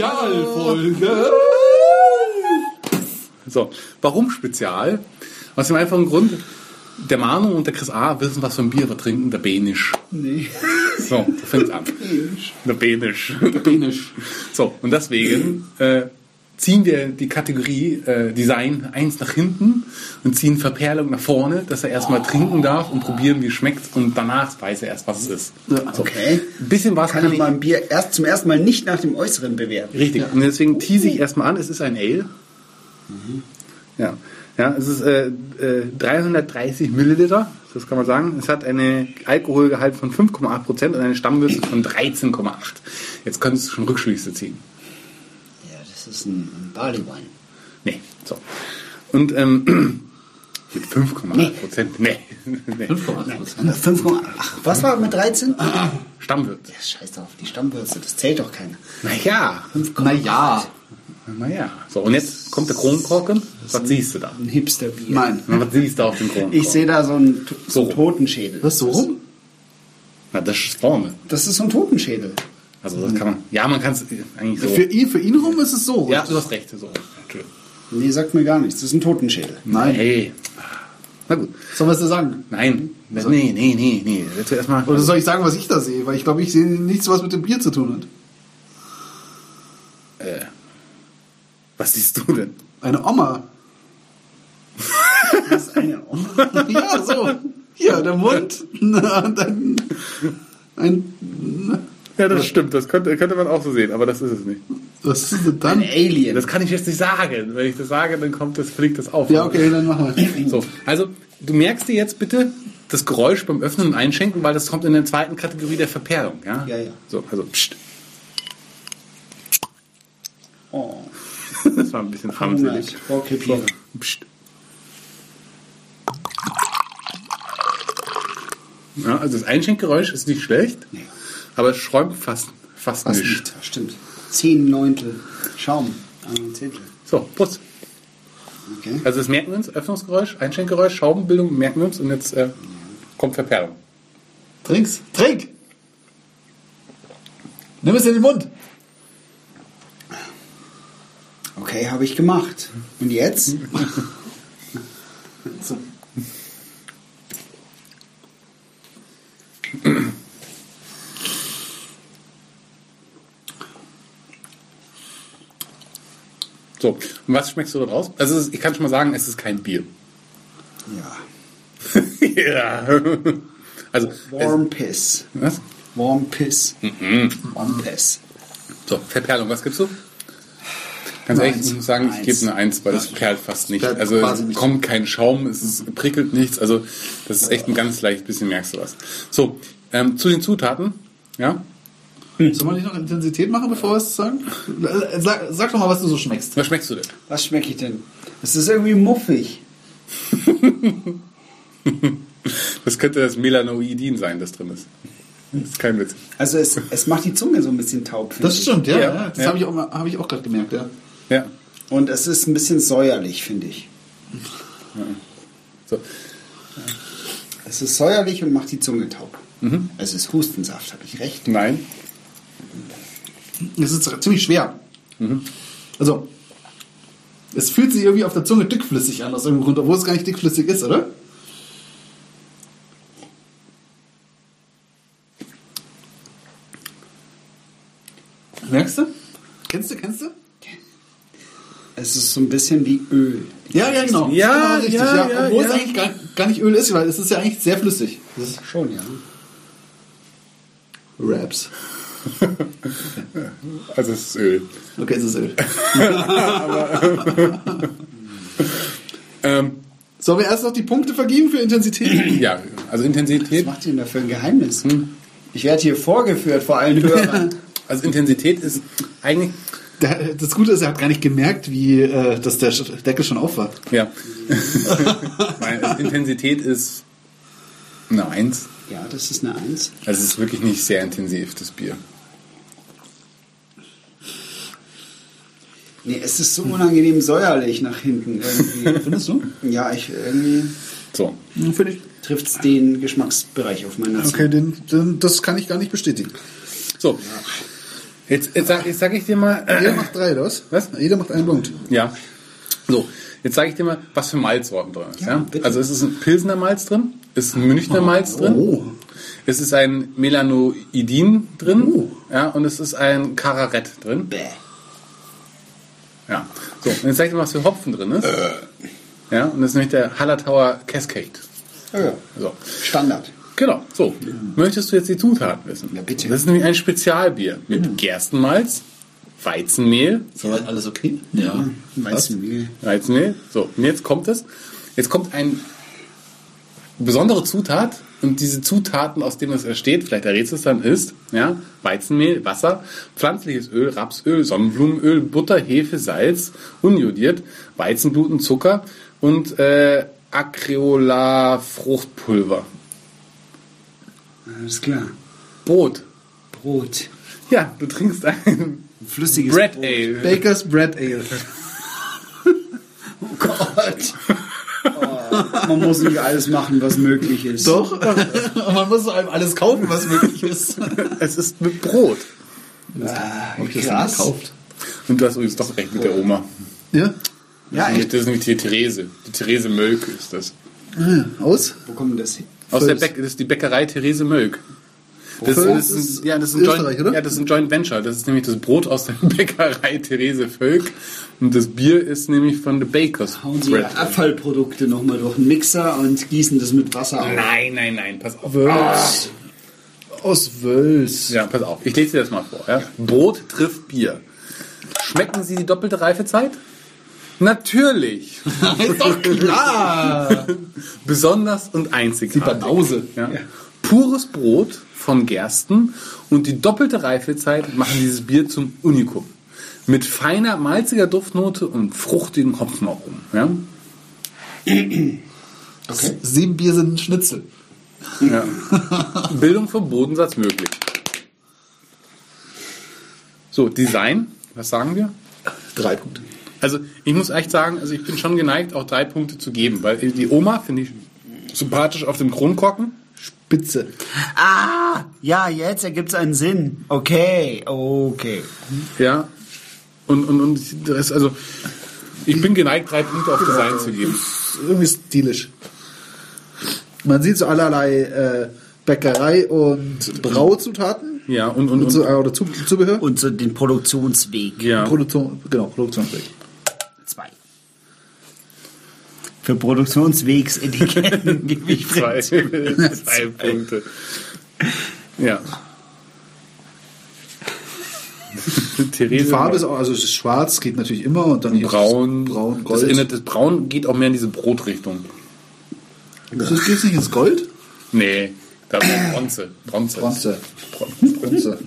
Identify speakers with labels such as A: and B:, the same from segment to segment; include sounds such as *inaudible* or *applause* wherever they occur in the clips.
A: Spezialfolge. So, warum spezial? Aus dem einfachen Grund, der Manu und der Chris A. wissen, was für ein Bier wir trinken, der Benisch.
B: Nee.
A: So, da fängt's an. Der Benisch.
B: Benisch.
A: *laughs* So, und deswegen äh, ziehen wir die Kategorie äh, Design 1 nach hinten und ziehen Verperlung nach vorne, dass er erstmal trinken darf und probieren, wie es schmeckt und danach weiß er erst, was es ist.
B: Ja, okay.
A: Ein bisschen was
B: Kann ich mal ein Bier erst zum ersten Mal nicht nach dem Äußeren bewerten.
A: Richtig. Und deswegen tease ich erstmal an, es ist ein Ale. Ja. ja, es ist äh, äh, 330 Milliliter, das kann man sagen. Es hat eine Alkoholgehalt von 5,8% und eine Stammwürze von 13,8%. Jetzt könntest du schon Rückschlüsse ziehen.
B: Ja, das ist ein, ein Barley Wine.
A: Nee, so. Und ähm, *clears throat* mit 5,8%, nee. nee. *laughs*
B: 5,8. Ach, was war mit 13? Ah,
A: Stammwürze.
B: scheiß drauf, die Stammwürze, das zählt doch keiner.
A: Naja,
B: 5,8.
C: Naja,
A: naja. So, und jetzt kommt der Kronkorken. Was siehst du da?
B: Ein Hipster-Bier.
C: nein.
A: Na, Was siehst du auf dem Kronkorken?
B: Ich sehe da so einen, to- so
A: So.
B: einen Totenschädel.
C: Was so rum?
A: Na, das ist vorne.
B: Das ist so ein Totenschädel.
A: Also das kann man. Ja, man kann es eigentlich so.
C: Für ihn, für ihn rum ist es so. rum.
A: ja, du hast recht. So. Entschuldigung.
B: Nee, sagt mir gar nichts. Das ist ein Totenschädel.
C: Nein.
A: Hey. Na gut.
C: Soll was dir sagen?
A: Nein. Nee, nee, nee, nee. Willst du erstmal.
C: Oder soll ich sagen, was ich da sehe? Weil ich glaube, ich sehe nichts, was mit dem Bier zu tun hat.
A: äh, Was siehst du denn?
C: Eine Oma.
B: *laughs* Das ist eine
C: *laughs* Ja, so. Hier, der Mund. Na, und ein, ein,
A: Ja, das stimmt. Das könnte, könnte man auch so sehen, aber das ist es nicht.
C: was ist denn
B: ein
C: dann?
B: Alien. *laughs*
A: Das kann ich jetzt nicht sagen. Wenn ich das sage, dann kommt das, fliegt das auf.
C: Ja, okay, dann machen wir.
A: So, also du merkst dir jetzt bitte das Geräusch beim Öffnen und Einschenken, weil das kommt in der zweiten Kategorie der Verperlung, ja?
B: Ja, ja.
A: So, also pst.
B: Oh,
A: Das war ein bisschen
B: Monat.
A: framselig.
B: Okay, Bier.
A: Psst. Ja, also das Einschenkgeräusch ist nicht schlecht, aber es schäumt fast, fast,
C: Fast
A: nicht.
C: nicht.
B: Stimmt. Zehn Neuntel Schaum. Ah, Ein Zehntel.
A: So, Putz.
B: Okay.
A: Also das merken wir uns, Öffnungsgeräusch, Einschenkgeräusch, Schaubenbildung merken wir uns und jetzt äh, kommt Verperlung.
C: Trink's. Trink! Nimm es in den Mund.
B: Okay, habe ich gemacht. Und jetzt?
C: Mhm. So.
A: So, und was schmeckst du da draus? Also es ist, ich kann schon mal sagen, es ist kein Bier. *laughs*
B: Ja.
A: ja. Also, es,
B: Warm Piss.
A: was?
B: Warm Piss.
C: Mhm.
B: Warm Piss.
A: So, Verperlung, was gibst du? Ganz
B: Eine
A: ehrlich, ich
B: Eins.
A: muss sagen, ich
B: Eins.
A: gebe eine Eins, weil das perlt fast nicht.
C: Perlt
A: Also
C: quasi
A: es
C: nicht.
A: kommt kein Schaum, es ist, prickelt nichts. Also das ist echt ein ganz leicht bisschen, merkst du was. So, ähm, zu den Zutaten. Ja,
C: Soll man nicht noch Intensität machen, bevor wir es sagen? Äh, Sag, sag doch mal, was du so schmeckst.
A: was schmeckst du denn? *laughs*
B: Was schmecke ich denn? Es ist irgendwie muffig.
A: Das könnte das Melanoidin sein, das drin ist. Das ist kein Witz.
B: Also
C: *laughs*
B: es, es macht die Zunge so ein bisschen taub. finde
C: Das
B: ich.
C: stimmt, ja.
A: Ja,
C: ja, Das
A: ja.
C: habe ich auch, mal- hab ich auch gerade gemerkt, ja.
A: Ja.
B: Und es ist ein bisschen säuerlich, finde ich.
A: So.
B: Es ist säuerlich und macht die Zunge taub.
C: Mhm.
B: Also es ist Hustensaft, habe ich recht.
A: Nein.
C: Es ist ziemlich schwer.
A: Mhm.
C: Also, es fühlt sich irgendwie auf der Zunge dickflüssig an, aus irgendeinem Grund, obwohl es gar nicht dickflüssig ist, oder? Merkst du? Kennst du, kennst du?
B: Es ist so ein bisschen wie Öl.
C: Ja, ja, genau.
A: Ja,
C: genau richtig,
A: ja, ja,
C: Obwohl es
A: ja.
C: eigentlich gar, gar nicht Öl ist, weil es ist ja eigentlich sehr flüssig. Das ist
B: Schon, ja.
C: Raps.
A: Also es ist Öl.
C: Okay, es ist Öl.
A: Ähm,
C: Sollen wir erst noch die Punkte vergeben für Intensität?
A: ja, also
B: Was
A: Intensität.
B: macht ihr denn da für ein Geheimnis?
C: Hm.
B: Ich werde hier vorgeführt vor allen
C: *laughs*
B: Hörern.
A: Also Intensität ist eigentlich
C: Der- Das Gute ist, er hat gar nicht gemerkt, wie äh, dass der Sch- Deckel schon auf war.
A: Ja. *laughs* Nein, also Intensität ist eine Eins.
B: ja, das ist eine Eins.
A: Also es ist wirklich nicht sehr intensiv, das Bier.
B: Nee, es ist so unangenehm säuerlich nach hinten irgendwie.
C: *laughs* Findest du?
B: ja, ich irgendwie
A: So.
C: Finde ich.
B: trifft es den Geschmacksbereich auf meiner Zunge.
C: Okay, den, den, das kann ich gar nicht bestätigen.
A: So. Jetzt, jetzt sage sag ich dir mal, äh,
C: Jeder macht drei, oder was?
A: Was?
C: Jeder macht einen Punkt.
A: ja, so, jetzt sage ich dir mal, was für Malzsorten drin ist.
B: Ja,
A: Ja,
B: bitte.
A: Also es ist ein Pilsener Malz drin, ist ein Münchner Malz drin,
C: Oh.
A: es ist ein Melanoidin drin
C: Oh.
A: ja, und es ist ein Kararet drin.
B: Bäh.
A: Ja. So, und jetzt sag ich dir mal, was für Hopfen drin ist.
C: Äh.
A: Ja, und das ist nämlich der Hallertauer Cascade.
B: Ja, Oh ja.
A: So.
B: Standard.
A: Genau, so. Möchtest du jetzt die Zutaten wissen?
B: Ja, bitte. Mhm.
A: Das ist nämlich ein Spezialbier mit Gerstenmalz, Weizenmehl,
D: Soweit alles okay? Ja.
B: Weizenmehl.
A: Weizenmehl. So, und jetzt kommt es. Jetzt kommt eine besondere Zutat und diese Zutaten, aus denen es entsteht, vielleicht errätst du es dann, ist ja, Weizenmehl, Wasser, pflanzliches Öl, Rapsöl, Sonnenblumenöl, Butter, Hefe, Salz, unjodiert, Weizenbluten, Zucker und äh, Acreola-Fruchtpulver.
B: Alles klar.
A: Brot.
B: Brot.
A: Ja, du trinkst ein
B: Flüssiges
A: Bread
B: Brot.
A: Ale.
C: Baker's Bread Ale.
B: Gott. Oh, *laughs* man muss nicht alles machen, was möglich ist.
C: Doch. *laughs* Und man muss vor allem alles kaufen, was möglich ist.
A: *laughs* Es ist mit Brot.
B: Ah,
D: Hab ich das denn
B: krass.
D: gekauft?
A: Und du hast übrigens doch recht mit der Oma.
C: Ja.
B: Ja,
A: Das
B: echt.
A: ist nämlich die Therese. Die Therese Mölk ist das.
C: Aus?
B: Wo kommt denn das hin?
A: Aus der
C: Völlig.
A: Bäck, das ist die Bäckerei Therese Mölk. Das,
C: Völlig
A: das ist,
C: ist
A: ein- ja, das ist ein
C: Österreich,
A: Joint,
C: oder?
A: ja, das ist ein Joint Venture. Das ist nämlich das Brot aus der *laughs* Bäckerei Therese Völk. Und das Bier ist nämlich von The Bakers
B: Hauen Sie Ihre
A: Bread.
B: Abfallprodukte nochmal durch den Mixer und gießen das mit Wasser auf.
A: Nein, nein, nein, pass auf.
C: Wöls. Aus Wöls.
A: Ja, pass auf. Ich lese dir das mal vor. Ja? Brot trifft Bier. Schmecken Sie die doppelte Reifezeit? Natürlich.
C: *laughs* Ist doch
B: Ah!
C: klar.
A: Besonders und einzigartig.
C: Banause.
A: Ja. Pures Brot von Gersten und die doppelte Reifezeit machen dieses Bier zum Unikum. Mit feiner, malziger Duftnote und fruchtigen Hopfenaromen. Ja?
B: Okay.
C: Sieben Bier sind ein Schnitzel. *laughs*
A: Ja. Bildung vom Bodensatz möglich. So, Design, was sagen wir?
C: Drei Punkte.
A: Also, ich muss echt sagen, also ich bin schon geneigt, auch drei Punkte zu geben, weil die Oma finde ich sympathisch auf dem Kronkorken.
C: Spitze.
B: Ah, ja, jetzt ergibt es einen Sinn. Okay, okay.
A: Ja. Und, und, und das, also, ich bin geneigt, drei Punkte auf Design zu geben.
C: Irgendwie stilisch. Man sieht so allerlei äh, Bäckerei und Brauzutaten.
A: Ja, und, und,
C: Und
A: und *laughs*
C: zu, äh, oder zu, Zubehör.
B: Und so den Produktionsweg.
A: ja.
C: Produktion, genau, Produktionsweg.
B: Zwei. Für Produktionswegsetiketten *laughs* gebe ich
A: zwei,
B: Fritz.
A: *laughs* zwei Punkte. Ja. *laughs*
C: Die
A: Therese
C: Farbe ist auch, also es ist schwarz, geht natürlich immer und dann
A: braun,
C: braun,
A: Das,
C: gold.
A: erinnert- das Braun geht auch mehr in diese Brotrichtung.
C: Also es geht nicht ins Gold?
A: Nee, da war Bronze. Bronze.
C: Bronze.
A: Bronze.
C: Bronze.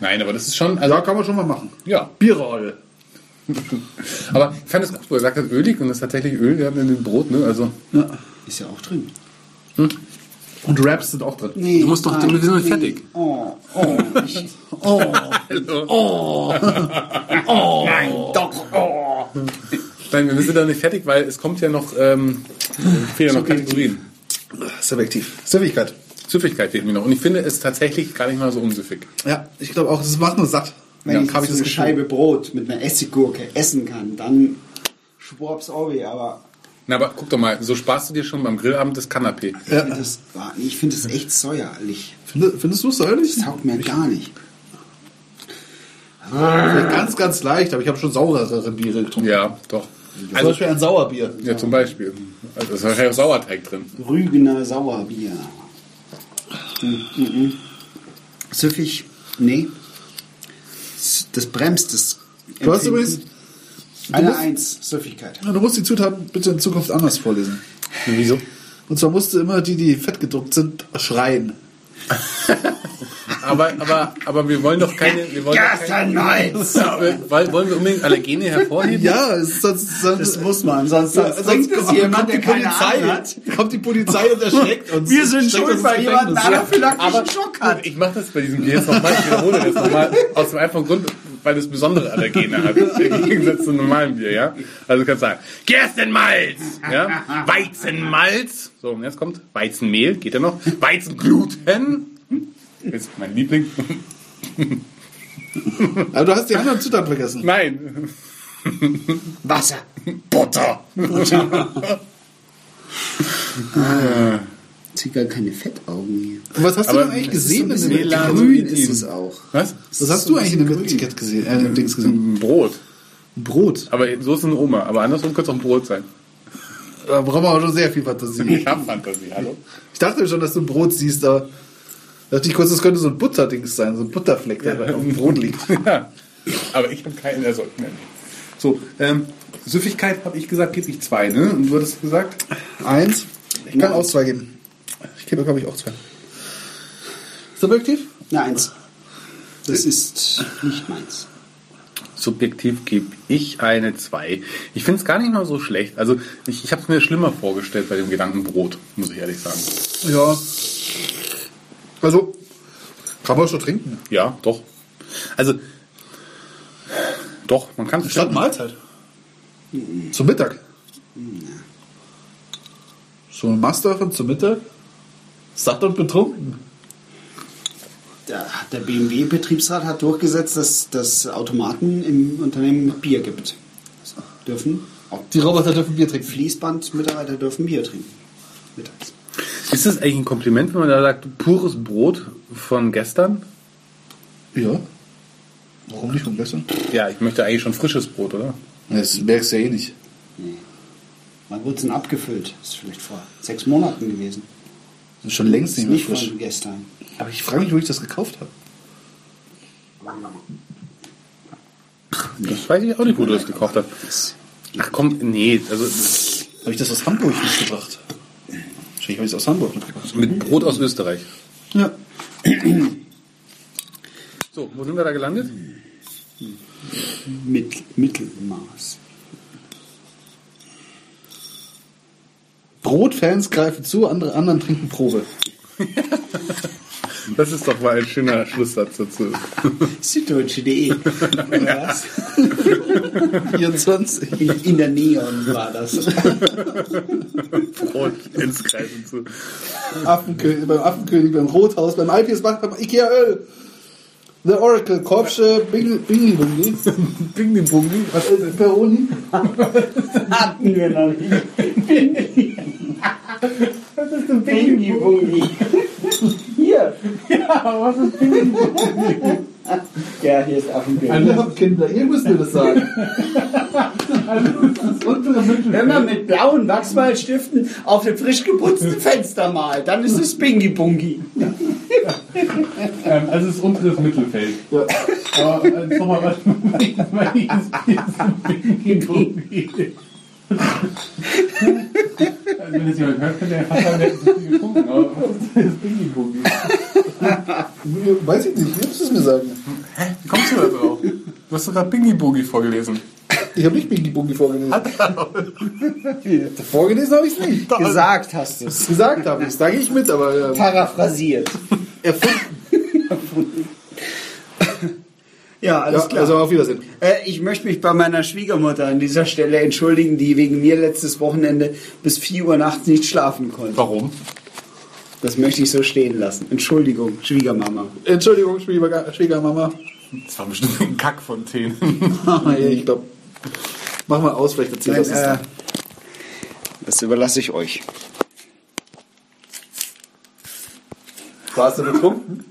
A: Nein, aber das ist schon, also
C: Also kann man schon mal machen.
A: ja.
C: Bierrolle.
A: *laughs* Aber ich fand es gut, wo er sagt, das ist ölig und das ist tatsächlich Öl, wir haben in dem Brot, ne? Also
C: Ja.
B: Ist ja auch drin.
C: Und Raps sind auch drin.
A: Du musst
B: äh,
A: doch- wir sind noch nicht fertig.
B: Oh,
A: *laughs*
B: oh, ich,
A: Nein, wir sind da nicht fertig, weil es kommt ja noch, ähm, fehlen ja noch Kategorien.
C: Subjektiv. Süffigkeit.
A: Süffigkeit fehlt mir noch. Und ich finde es tatsächlich gar nicht mal so unsüffig.
C: Ja, ich glaube auch, das macht nur satt.
B: wenn
A: Ja,
B: ich
A: hab
B: jetzt
A: ich das
B: eine
A: Gefühl.
B: Scheibe Brot mit einer Essiggurke essen kann, dann schwurb's Orbi, aber
A: Na, aber guck doch mal, so sparst du dir schon beim Grillabend das Kanapé.
B: ich finde das, ah, ich find das echt säuerlich.
C: Findest, findest du es säuerlich?
B: Das taugt mir gar nicht.
C: Vielleicht Ganz, ganz leicht, aber ich habe schon saurere Biere getrunken.
A: Ja, doch.
C: Zum
A: Also,
C: Beispiel ein Sauerbier.
A: ja, zum Beispiel. Also, da ist wahrscheinlich auch Sauerteig drin.
B: Rügener Sauerbier. Mhm, mhm. Süffig? Nee. Das bremst das.
C: Du hast übrigens,
B: Eine
C: musst-
B: Eins, Süffigkeit.
C: du musst die Zutaten bitte in Zukunft anders vorlesen.
A: Wieso?
C: Und zwar musst du immer die, die fett gedruckt sind, schreien.
A: Aber, aber, aber wir wollen doch keine. Wir wollen, doch keine,
B: Gerstenmalz!
A: wir, weil- wollen wir unbedingt Allergene hervorheben?
C: Ja, es ist sonst, sonst,
B: Das muss man, sonst,
C: Ja,
B: Also, sonst bringt es jemand,
C: kommt die
B: der keine
C: Polizei,
B: Ahnung hat.
C: kommt die Polizei
B: *laughs*
C: und erschreckt uns.
B: Wir sind
C: Steckt
B: schuld,
C: uns
B: weil
C: ins
B: jemand einen
C: Gefängnis.
B: anaphylaktischen Schock
A: Gut,
B: hat.
A: Ich mache das bei diesem Bier jetzt nochmal. Ich wiederhole das nochmal. Aus dem einfachen Grund, weil es besondere Allergene hat. *laughs* Im Gegensatz zum normalen Bier, ja? Also du kannst sagen, Gerstenmalz, ja? Weizenmalz. So, und jetzt kommt Weizenmehl, geht ja noch. Weizengluten. Jetzt mein Hm? Liebling. *laughs*
C: Aber du hast die anderen Zutaten vergessen.
A: Nein.
B: Wasser.
A: Butter.
B: Zieht gar keine Fettaugen hier.
C: Was hast
A: Aber
C: du denn eigentlich
A: es ist
C: gesehen?
B: so
C: in
B: ein
C: dem
B: bisschen
A: Melan-
C: Etikett?
B: grün
A: Melanidin.
B: ist es auch.
A: Was?
C: Was hast du eigentlich in dem Etikett gesehen? Äh, in dem Dings gesehen?
A: Brot.
C: Brot.
A: Aber so ist eine Oma. Aber andersrum könnte es auch ein Brot sein.
C: Da braucht man auch schon sehr viel Fantasie.
A: Ich hab Fantasie, hallo?
C: Ich dachte schon, dass du ein Brot siehst, aber dachte ich kurz, das könnte so ein Butterdings sein, so ein Butterfleck, der auf dem Brot liegt.
A: ja. *laughs* Aber ich habe keinen. Also, nein. So, ähm, Süffigkeit habe ich gesagt, gebe ich zwei, ne? Und du hattest gesagt?
C: Eins. Ich kann auch zwei geben. Ich gebe, glaube ich, auch zwei. Subjektiv?
B: Na, eins. Das ist nicht meins.
A: Subjektiv gebe ich eine zwei. Ich finde es gar nicht mal so schlecht. Also, ich, ich habe es mir schlimmer vorgestellt bei dem Gedanken Brot, muss ich ehrlich sagen.
C: Ja. Also, kann man schon trinken.
A: Ja, doch. Also, doch, man kann es
C: Statt Mahlzeit. Zum Mittag. So ein Master von zum Mittag. Satt und betrunken.
B: Da hat der BMW-Betriebsrat hat durchgesetzt, dass das Automaten im Unternehmen Bier gibt. Also dürfen auch
C: Die Roboter dürfen Bier trinken.
B: Fließbandmitarbeiter dürfen Bier trinken. Mittags.
A: Ist das eigentlich ein Kompliment, wenn man da sagt, pures Brot von gestern?
C: Ja. Warum nicht vom Besseren?
A: Ja, ich möchte eigentlich schon frisches Brot, oder?
C: Das merkst du ja eh nicht.
B: Wann wurde es denn abgefüllt? Ist vielleicht vor sechs Monaten gewesen.
C: Das ist schon längst
B: Ist
C: nicht mehr
B: nicht
C: frisch.
B: von gestern.
C: Aber ich frage mich, wo ich das gekauft habe.
A: Das weiß ich auch nicht, wo du das gekauft hast. Ach komm, nee, also
C: Habe ich das aus Hamburg mitgebracht? Wahrscheinlich habe ich es aus Hamburg mitgebracht.
A: mit Brot aus Österreich.
C: Ja.
A: So, wo sind wir da gelandet?
B: Mit, Mittelmaß.
C: Brotfans greifen zu, andere anderen trinken Probe.
A: Das ist doch mal ein schöner Schlusssatz dazu.
B: Süddeutsche.de. oder was?
C: 24.
B: In, in der Neon war das.
A: Brot ins Kreisen zu.
C: Affenkönig, beim Affenkönig, beim Rothaus, beim IPS Bach, beim Ikea Öl. The Oracle, Korpsche, Bingi Bingi *laughs* Bungi. Bingi Bungi. Was ist das? Peroni?
B: Hatten wir noch nicht. Das ist ein Bingi-Bungi. Hier. Ja, was ist Bingi-Bungi? Ja, hier ist Affenkönig.
C: Alle haben Kinder, ihr müsst mir das *laughs* sagen. Das untere Mittel.
B: Wenn man mit blauen Wachsmalstiften auf dem frisch geputzten Fenster malt, dann ist es Bingi-Bungi.
A: Ähm, also es ist unteres Mittelfeld.
C: Ja.
A: Aber äh, nochmal was. was dieses- dieses *laughs* Bingo-Bild. Also, Wenn das jemand hört, könnte er fast sagen, der hat zu viel getrunken. Aber was ist das Bingo-Bild?
C: Weiß ich nicht, ihr müsst es mir sagen.
A: Wie kommst du da drauf? Du hast doch gerade Bingi Bogi vorgelesen.
C: Ich habe nicht Bingi Bungi vorgelesen. *laughs* vorgelesen habe ich es nicht.
B: Gesagt hast du es.
C: Gesagt habe ich es, da gehe ich mit, aber äh,
B: Paraphrasiert.
C: erfunden.
B: Ja, alles
C: Ja,
B: klar.
C: also auf Wiedersehen.
B: Äh, Ich möchte mich bei meiner Schwiegermutter an dieser Stelle entschuldigen, die wegen mir letztes Wochenende bis 4 Uhr nachts nicht schlafen konnte.
A: Warum?
B: Das möchte ich so stehen lassen. Entschuldigung, Schwiegermama.
C: Entschuldigung, Schwieger- Schwiegermama. *laughs*
A: Das war bestimmt ein Kack von Tee.
C: ich glaube, mach mal aus, vielleicht erzählt das.
B: Nein,
C: Äh,
B: Das überlasse ich euch.
C: warst du betrunken?